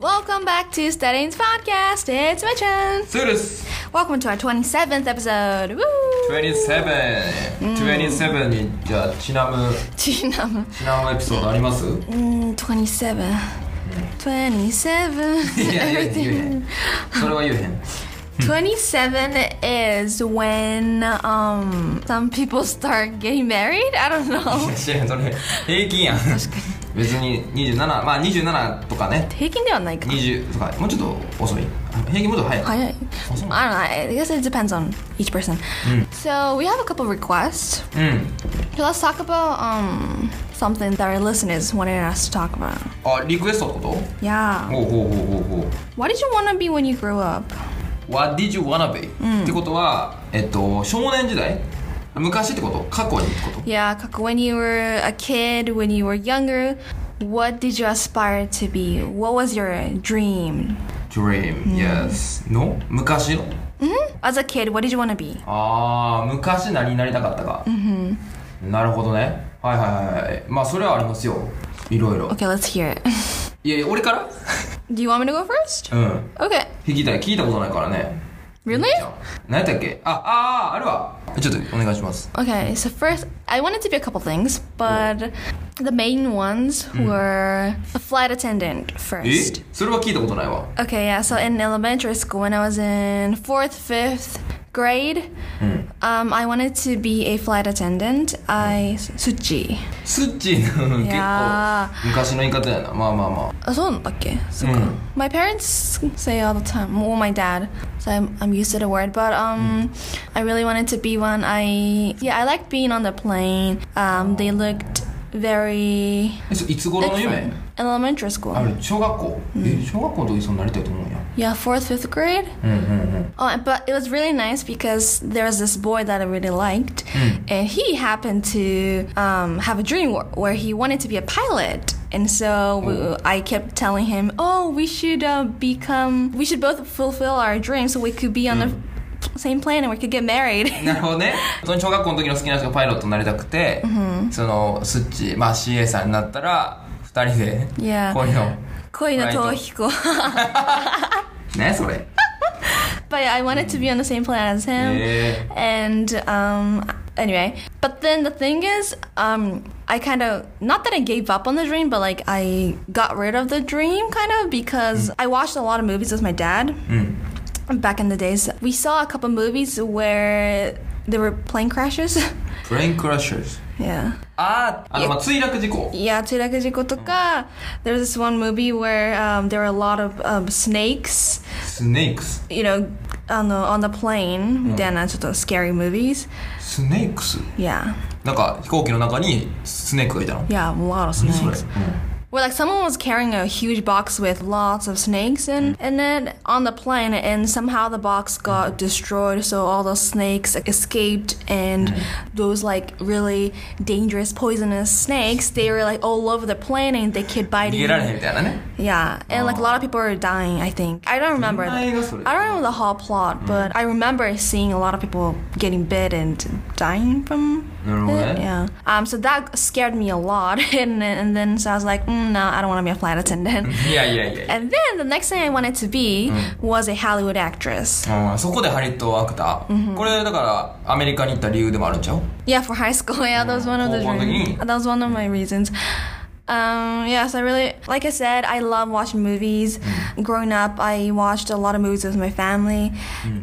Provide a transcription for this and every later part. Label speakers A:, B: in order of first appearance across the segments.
A: Welcome back to Studying's podcast. It's my turn.
B: そうです
A: Welcome to our 27th episode. Woo!
B: 27 27にじゃあちなむ
A: Chinam.
B: ちなむエピソードあります
A: Mm, 27. 27.
B: いや言えへん言えへ
A: Everything.
B: んそれは言えへん
A: 27 is when um some people start getting married. I don't
B: い
A: know.
B: や 知らんそれ平均やん
A: 確か
B: 別に27まあ27とかね
A: 平均ではないか。
B: 20とかもうちょっと遅い平均もうちょっと早い
A: 早い。
B: あそう
A: I don't know. I guess it depends on each person. So we have a couple requests.
B: うん
A: So let's talk about um something that our listeners wanted us to talk about.
B: あリクエストってこと
A: Yeah.
B: ほうほうほうほうほう
A: What did you want to be when you grew up?
B: What did you wanna be?、ってことはえっと少年時代昔ってこと過去にってこと
A: Yeah, Kaka, when you were a kid, when you were younger, what did you aspire to be? What was your dream?
B: Dream、yes の昔の
A: As a kid, what did you want to be?
B: ああ昔何になりたかったか、なるほどねはいはいはいはいまあそれはありますよいろいろ
A: Okay, let's hear it.
B: いやいや俺から
A: Do you want me to go first?
B: うん
A: Okay.
B: 聞きたい聞いたことないからね
A: Really?
B: 何やったっけああああるわちょっとお願いします
A: Okay, so first, I wanted to be a couple things, but the main ones were a flight attendant
B: え
A: first.
B: それは聞いたことないわ
A: Okay, yeah, so in elementary school, when I was in fourth, fifth grade, um, I wanted to be a flight attendant. I. Suchi.
B: スッチーの結
A: や
B: 構昔の言い方やなまあまあまあ
A: あ、そうなんだっけそっか。My parents say all the time, well, my dad, so I'm, I'm used to the word, but um, I really wanted to be one. I, yeah, I liked being on the plane. Um, they looked very
B: えそいつ頃の夢
A: different. Elementary
B: あ
A: school.
B: る小学校、え小学校の時そうなりたいと思うんや
A: Yeah, fourth, fifth grade.
B: うんうんうん
A: Oh, but it was really nice because there was this boy that I really liked, and he happened to um, have a dream wh- where he wanted to be a pilot. And so we, I kept telling him, "Oh, we should uh, become. We should both fulfill our dreams, so we could be on the p- same plane and we could get married."
B: なるほどね本当に小学校の時の好きな人がパイロットになりたくて、そのスッチ、まあ、CA さんになったら二人で
A: Yeah.
B: こういうの
A: but
B: ねそれ
A: I wanted to be on the same plane as him.
B: え
A: and um anyway but then the thing is um i kind of not that i gave up on the dream but like i got rid of the dream kind of because i watched a lot of movies with my dad
B: ーうん
A: back in the days we saw a couple movies where there were plane crashes
B: プレインクラッシャーズ
A: yeah
B: あーあの、まあ、墜落事故
A: yeah Tsurakajiko there was this one movie where um, there were a lot of um, snakes
B: スネークス
A: you know on the, on the plane then it's just scary movies
B: スネークス
A: yeah
B: なんか飛行機の中にスネークがいたの
A: yeah a lot of
B: 何それ、
A: snakes Where like someone was carrying a huge box with lots of snakes in, and then on the plane, and somehow the box got destroyed, so all those snakes escaped, and those like really dangerous, poisonous snakes, they were like all over the plane, and they kept
B: うん、
A: biting.
B: 逃げられへんみたいなね
A: Yeah, and like a lot of people were dying. I think I don't remember. the- I
B: I guess so.
A: don't remember the whole plot, but I remember seeing a lot of people getting bit and dying from. it.
B: なるほどね。
A: Yeah. Um. So that scared me a lot, and then- and then so I was like, mm, no, I don't want to be a flight attendant.
B: いやいやいやいや
A: and then the next thing I wanted to be was a Hollywood actress.
B: うんそこでハリウッドアクター、これだからアメリカに行った理由でもあるんちゃう
A: Yeah, for high school. Yeah, that was one of the
B: Oh, one
A: dreams.
B: thing.
A: That was one of my reasons. Um, yeah, so I really, like I said, I love watching movies. Growing up, I watched a lot of movies with my family,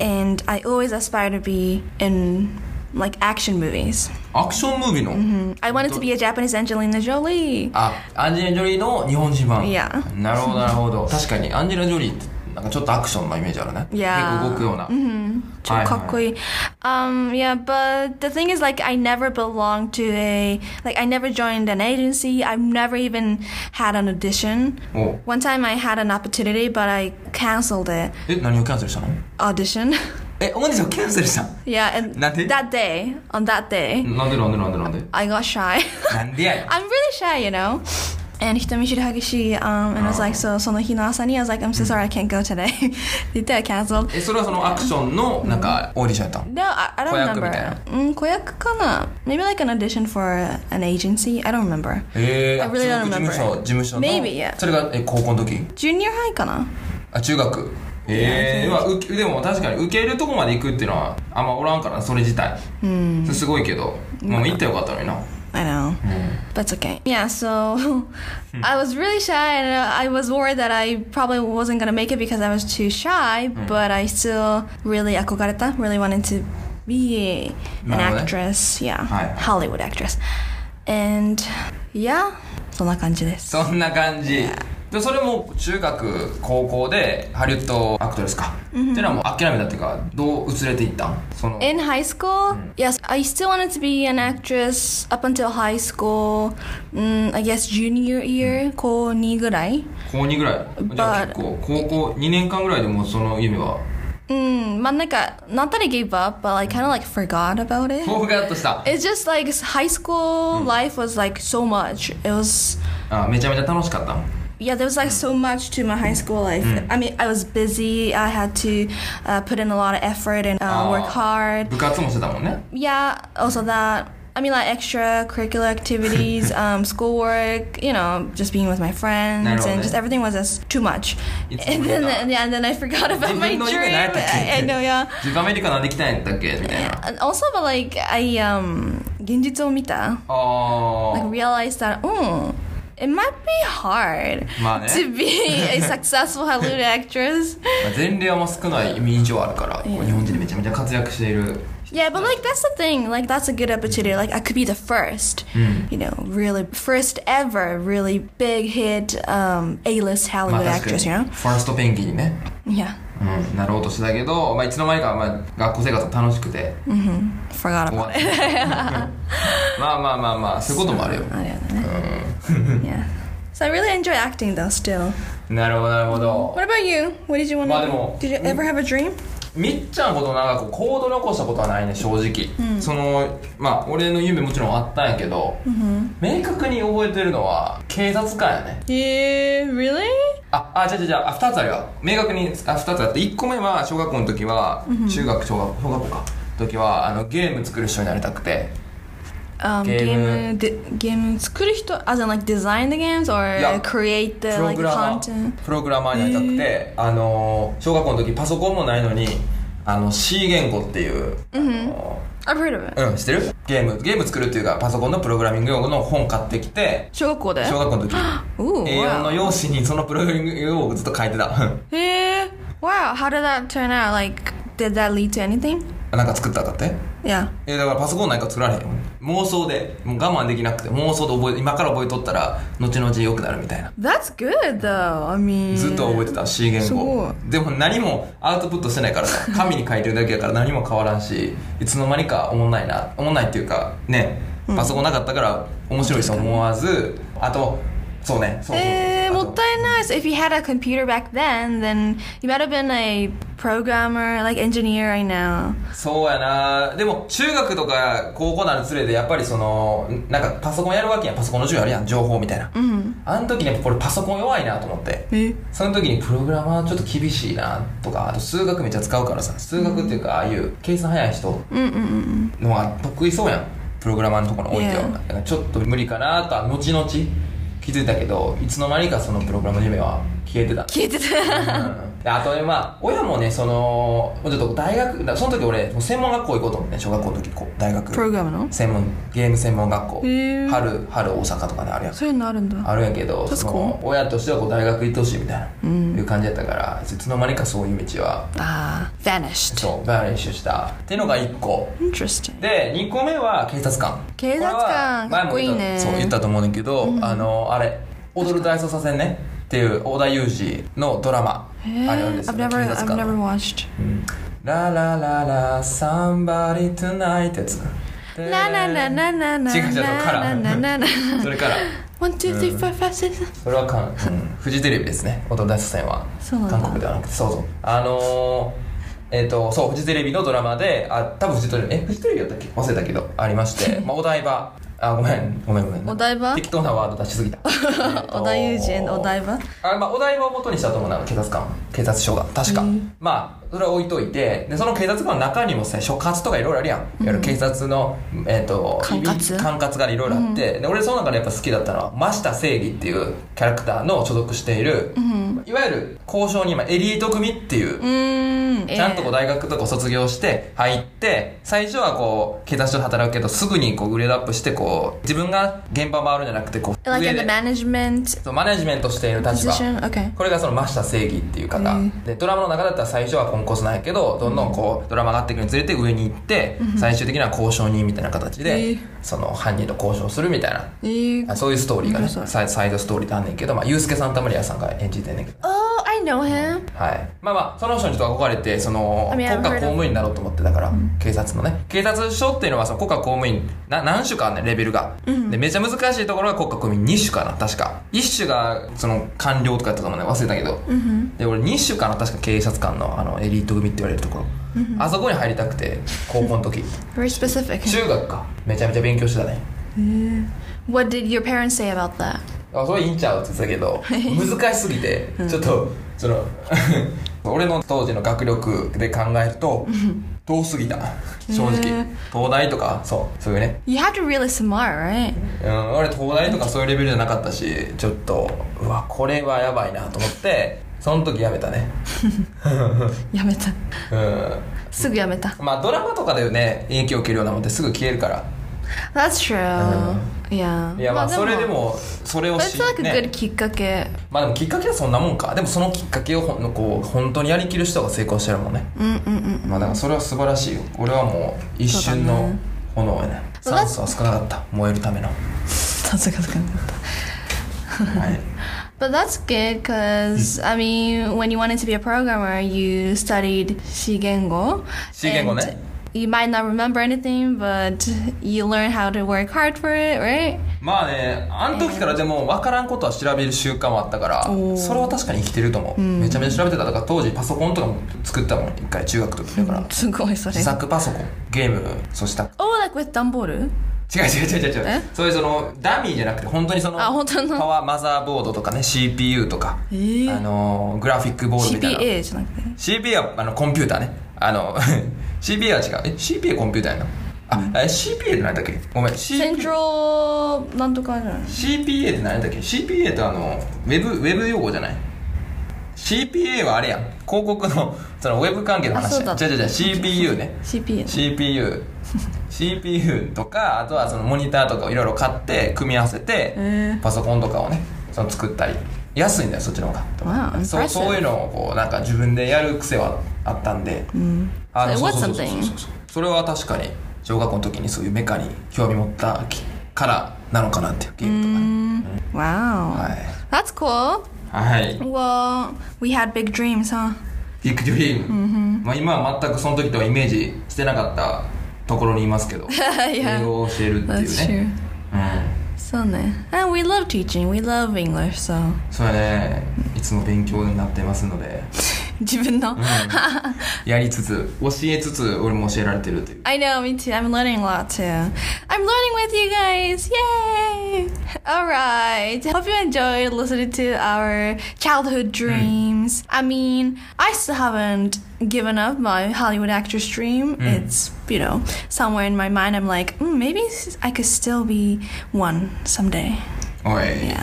A: and I always aspire to be in like action movies.
B: アクションムービーの、
A: I wanted to be a Japanese Angelina Jolie.
B: あアンジェリー・ジョリーの日本人版
A: いや
B: なるほどなるほど確かにアンジェリー・ジョリーってなんかちょっとアクションのイメージあるね
A: いや
B: 結構動くような、はいはい。
A: Chokokui. Um, yeah, but the thing is, like, I never belonged to a, like, I never joined an agency. I've never even had an audition.
B: お
A: One time I had an opportunity, but I canceled the
B: え何をキャンセルしたの
A: audition.
B: えオーディションキャンセルした
A: yeah, and
B: Nothing? Mm.
A: that day, on that day,
B: なんでなんでなんでなんで
A: I got shy.
B: なんでや
A: I'm really shy, you know. and 人見知り激しい um, and I was like so その日の朝に I was like I'm so sorry I can't go today って言って I cancelled
B: えそれはそのアクションのなんかオーディションやったの
A: No, I, I don't
B: 子
A: remember.
B: 役みたいな
A: うん、子役かな Maybe like an audition for an agency? I don't remember.
B: えー、
A: I really
B: あ
A: don't remember.
B: 所属事務所事務所の
A: Maybe, yeah.
B: それがえ高校の時
A: Junior uh. high かな
B: あ中学ええまあうでも確かに受けるとこまで行くっていうのはあんまおらんからなそれ自体うんすごいけどもう行ったらよかったのにな
A: I know. But it's okay. Yeah, so I was really shy and uh, I was worried that I probably wasn't going to make it because I was too shy, but I still really akogareta, really wanted to be an
B: なるほどね。
A: actress. Yeah,
B: はい。
A: Hollywood actress. And yeah, そんな感じです。
B: そんな感じでそれも中学高校でハリウッドアクトレスか、っていうのはもう諦めたっていうかどう移れていったんその
A: In high school, yes, I still wanted to be an actress up until high school. Mm, I guess junior year, 高2ぐらい。
B: 高2ぐらいじゃあ
A: But-
B: 結構高校2年間ぐらいでもうその夢は
A: Mm, まあなんか not that I gave up, but I kind of like forgot about it.
B: 抱負がやっとした、
A: It's just like high school life was like so much. It was
B: あめちゃめちゃ楽しかったん
A: yeah, there was like so much to my high school life. I mean, I was busy. I had to uh, put in a lot of effort and uh, work
B: あー
A: hard.
B: 部活もしてたもんね
A: Yeah, also that. I mean, like extracurricular activities, um, schoolwork, you know, just being with my friends, and
B: なるほどね。
A: just everything was just too much.
B: It's
A: And then,
B: weird.
A: yeah, and then I forgot about my dream.
B: 自分 の夢何やったっけ
A: I, I know, yeah.
B: 自分アメリカなんで来たんやったっけみたいな
A: And also, but like, I, um, 現実を見た
B: ああ
A: like realized that mm, it might be hard
B: まあね。
A: to be a successful Hollywood actress.
B: まあ前例はもう少ない印象あるから、日本人でめちゃめちゃ活躍している
A: Yeah, but like that's the thing. Like that's a good opportunity. Like I could be the first, you know, really first ever really big hit um, A-list
B: ま
A: Hollywood
B: あ確かに
A: actress.
B: フ
A: You
B: ァ
A: know?
B: ーストペンギンにね、
A: Yeah,
B: うん、なろうとしてたけど、まあ、いつの間にか、まあ、学校生活は楽しくて
A: forgot
B: 終
A: about
B: わっ
A: it.
B: てまあまあまあまあそういうこともあるよ
A: I don't know. yeah. So I really enjoy acting though. Still.
B: なるほどなるほど
A: What about you? What did you want?
B: まあでも、
A: to Did you ever have a dream?
B: みっちゃんほどなんかこう行動残したことはないね正直、そのまあ俺の夢もちろんあったんやけど、明確に覚えてるのは警察官やね
A: Yeah, really?
B: あ、あ、じゃじゃじゃあ、二つあるわ。明確に、あ、二つあって、一個目は小学校の時は、中学、小学、小学校か。時は、あの、ゲーム作る人になりたくて。
A: um, game
B: Game-
A: de- game 作る人 as in like design the games or
B: Yeah.
A: create
B: プ
A: the
B: ロ
A: like
B: グラマー
A: content。
B: プログラマーになりたくて、あのー、小学校の時パソコンもないのに、あの、C 言語っていう、あの
A: I've heard of it
B: ーうん、知ってるゲーム、ゲーム作るっていうか、パソコンのプログラミング用語の本買ってきて、
A: 小学校で
B: 小学校 の時、
A: Ooh,
B: A4 の
A: wow.
B: 用紙にそのプログラミング用語ずっと書いてた。
A: へー Wow, how did that turn out? Like, did that lead to anything?
B: なんか作ったかって。
A: Yeah.
B: えーだからパソコンなんか作られへんよ妄想でもう我慢できなくて妄想で覚え今から覚えとったら後々良くなるみたいな
A: That's good though. I mean.
B: ずっと覚えてた C 言
A: すご
B: 語でも何もアウトプットしてないから さ紙に書いてるだけやから何も変わらんしいつの間にかおもんないなおもんないっていうかねパソコンなかったから面白いと思わずあとそうねそうそうそう
A: えー、
B: あと
A: もったいない。So eh, if you had a computer back then, then you might have been a programmer, like engineer right now.
B: そうやなでも中学とか高校なるにつれてやっぱりそのなんかパソコンやるわけやんパソコンの授業あるやん情報みたいな、
A: Mm-hmm.
B: あの時にやっぱこれパソコン弱いなと思って
A: え
B: その時にプログラマーちょっと厳しいなとかあと数学めっちゃ使うからさ数学っていうかああいう計算早い人のが得意そうやんプログラマーのところにおいては、
A: Yeah.
B: だからちょっと無理かなとは後々気づいたけどいつの間にかそのプログラマーの夢は消えてた
A: 聞い てた。
B: であとねまあ親もねそのもうちょっと大学だその時俺もう専門学校行こうと思ってね小学校の時こう大学
A: プログラムの
B: 専門ゲーム専門学校
A: へー
B: 春春大阪とかねあるやん
A: そういうのあるんだ。
B: あるんやけど
A: That's
B: その親としてはこう大学行ってほしいみたいな、いう感じやったからいつの間にかそういう道は
A: あー、vanished.
B: そうバー練習したっていうのが1個
A: Interesting.
B: で2個目は警察官
A: 警察官
B: これは前も言
A: かっこいい
B: た
A: ね
B: そう言ったと思うねんだけど、あのあれ「踊る大捜査線ね」っていう織田裕二のドラマあれあれですよ
A: I've
B: ね
A: never,
B: 警察
A: I've
B: 官
A: never
B: の
A: watched.
B: ララララ somebody tonight ってやつ
A: なななななな。
B: 違う違うから
A: なななな。
B: それから
A: ワン、ツー、スリー、ファイブ、シックス。
B: それは韓、うん、フジテレビですね踊る大捜査線は
A: そうなんだ
B: 韓国ではなくてそうそうあのー、えっ、とそうフジテレビのドラマであ多分フジテレビえフジテレビやったっけ忘れたけどありまして、まあ、お台場あごめんごめんごめん
A: お台場
B: 適当なワード出しす ぎた
A: 小田裕二 and お台場
B: あ、まあ、お台場を元にしたと思うな警察官警察署が確か、まあそれは置いといてでその警察官の中にもさ所轄とかいろいろあるやん、いわゆる警察の、えっと
A: 管轄
B: 管轄がいろいろあって、で俺その中でやっぱ好きだったのは真下正義っていうキャラクターの所属している、いわゆる交渉に今エリート組っていう
A: うーん
B: ちゃんとこう大学とか卒業して入って最初はこう警察署で働くけどすぐにこうグレードアップしてこう自分が現場回るんじゃなくてこう
A: like
B: 上
A: in the
B: で
A: management
B: そうマネジメントしている立場
A: position okay
B: これがその真下正義っていう方、でドラマの中だったら最初はポンコツなんやけどどんどんこうドラマが上がっていくにつれて上に行って最終的には交渉人みたいな形
A: え
B: で
A: ー
B: その犯人と交渉するみたいな
A: えー
B: あそういうストーリーがね
A: 面白い
B: サイサイドストーリーであんねんけど、まあ、ユースケ・サンタマリアさんが演じてんねんけど
A: oh I know him
B: はい、まあまあその人にちょっと憧れてその
A: I
B: 国
A: mean,
B: 家
A: I've
B: 公
A: heard of-
B: 務員になろうと思ってだから、警察のね警察署っていうのはその国家公務員な何種かあんねんレベルが、でめちゃ難しいところが国家公務員2種かな確か1種がその官僚とかやったかもね忘れたけど、で俺2種かな確か警察官のあのエリート組って言われるところ、あそこに入りたくて高校の 時
A: very specific
B: 中学かめちゃめちゃ勉強してたね
A: what did your parents say about that
B: あそれいいんちゃうって言ってたけど難しすぎてちょっとその 俺の当時の学力で考えると遠すぎた正直、
A: へえ
B: 東大とかそうそういうね、
A: you have to be really smart right
B: うん、俺東大とかそういうレベルじゃなかったしちょっとうわこれはやばいなと思ってその時やめたね
A: やめた
B: うん
A: すぐやめた
B: まあドラマとかでね影響を受けるようなもんってすぐ消えるから
A: that's true いや
B: いやまあそれでもそれを
A: But it's
B: 知
A: like a
B: ね
A: good きっかけ
B: まあでもきっかけはそんなもんかでもそのきっかけをほんのこう本当にやりきる人が成功してるもんね
A: うんうんうん
B: まあだからそれは素晴らしいよ俺はもう一瞬の炎やね
A: そうだね
B: 酸素は少なかった燃えるためのは
A: さすがだなかった
B: い
A: But that's good because, I mean, when you wanted to be a programmer, you studied Shigengo.
B: Shigengo,
A: and
B: ne?
A: You might not remember anything, but you learn how to work hard for it, right?
B: まあねあの時からでも分からんことは調べる習慣はあったから
A: おー
B: それは確かに生きてると思うめちゃめちゃ調べてただから当時パソコンとかも作ったもん一回中学の時だから
A: すごいそれ
B: 自。作パソコンゲームそうした
A: Oh, like with 段ボール
B: 違う違う違う違う違
A: え
B: うそういうそのダミーじゃなくて本当にその
A: あ本当の
B: パワーマザーボードとかね CPU とか、
A: えー
B: あのーグラフィックボードみたいな
A: CPA じゃなくて。
B: CP はあのコンピューターねあの CP は違うえ CP はコンピューターやなあ、え CPA って何だっけごめん CP
A: Central なんとかじゃない
B: CPA って何だっけ CPA ってあのウェブウェブ用語じゃない CPA はあれやん広告のそのウェブ関係の
A: あそ
B: 話
A: うだ
B: じゃじゃじゃ CPU ね
A: ?CPA。
B: CPU CPU とかあとはそのモニターとかをいろいろ買って組み合わせて、
A: え
B: パソコンとかをねその作ったり安いんだよそっちの方が
A: Wow,
B: そうそういう
A: impressive.
B: のをこうなんか自分でやる癖はあったんで、あの
A: So
B: そう
A: it was
B: そうそうそうそ
A: something.
B: うそうそれは確かに小学校の時にそういうメカに興味持ったきからなのかなっていうゲームとかね
A: Wow.
B: はい
A: That's cool.
B: はい、
A: Well, we had big dreams, huh?
B: ビッグドリーム、まあ、今は全くその時とはイメージしてなかったところにいますけど
A: Yeah.
B: 英語を教えるっていう
A: That's
B: ね
A: true. そうね。And we love teaching. We love English, so.
B: うんそれねいつも勉強になってますので
A: 自分の。
B: やりつつ教えつつ俺も教えられてるという
A: I know, me too. I'm learning a lot too. I'm learning with you guys. Yay! Alright. Hope you enjoyed listening to our childhood dreams. I mean, I still haven't given up my Hollywood actress dream. It's, you know, somewhere in my mind, I'm like, mm, maybe I could still be one someday.
B: おい、
A: Yeah.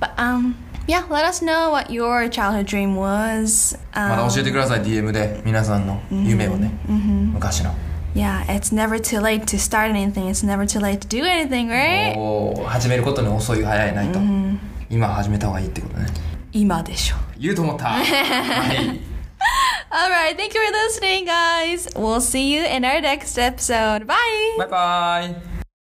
A: But um yeah, let us know what your childhood dream was.
B: ま
A: Um,
B: た教えてください DM で皆さんの夢をね、昔の
A: yeah, it's never too late to start anything. It's never too late to do anything, right?
B: おー始めることに遅い早いないと、今始めた方がいいってことね
A: 今でしょ。
B: 言うと思ったはい
A: All right, thank you for listening, guys. We'll see you in our next episode. Bye.
B: バイバイ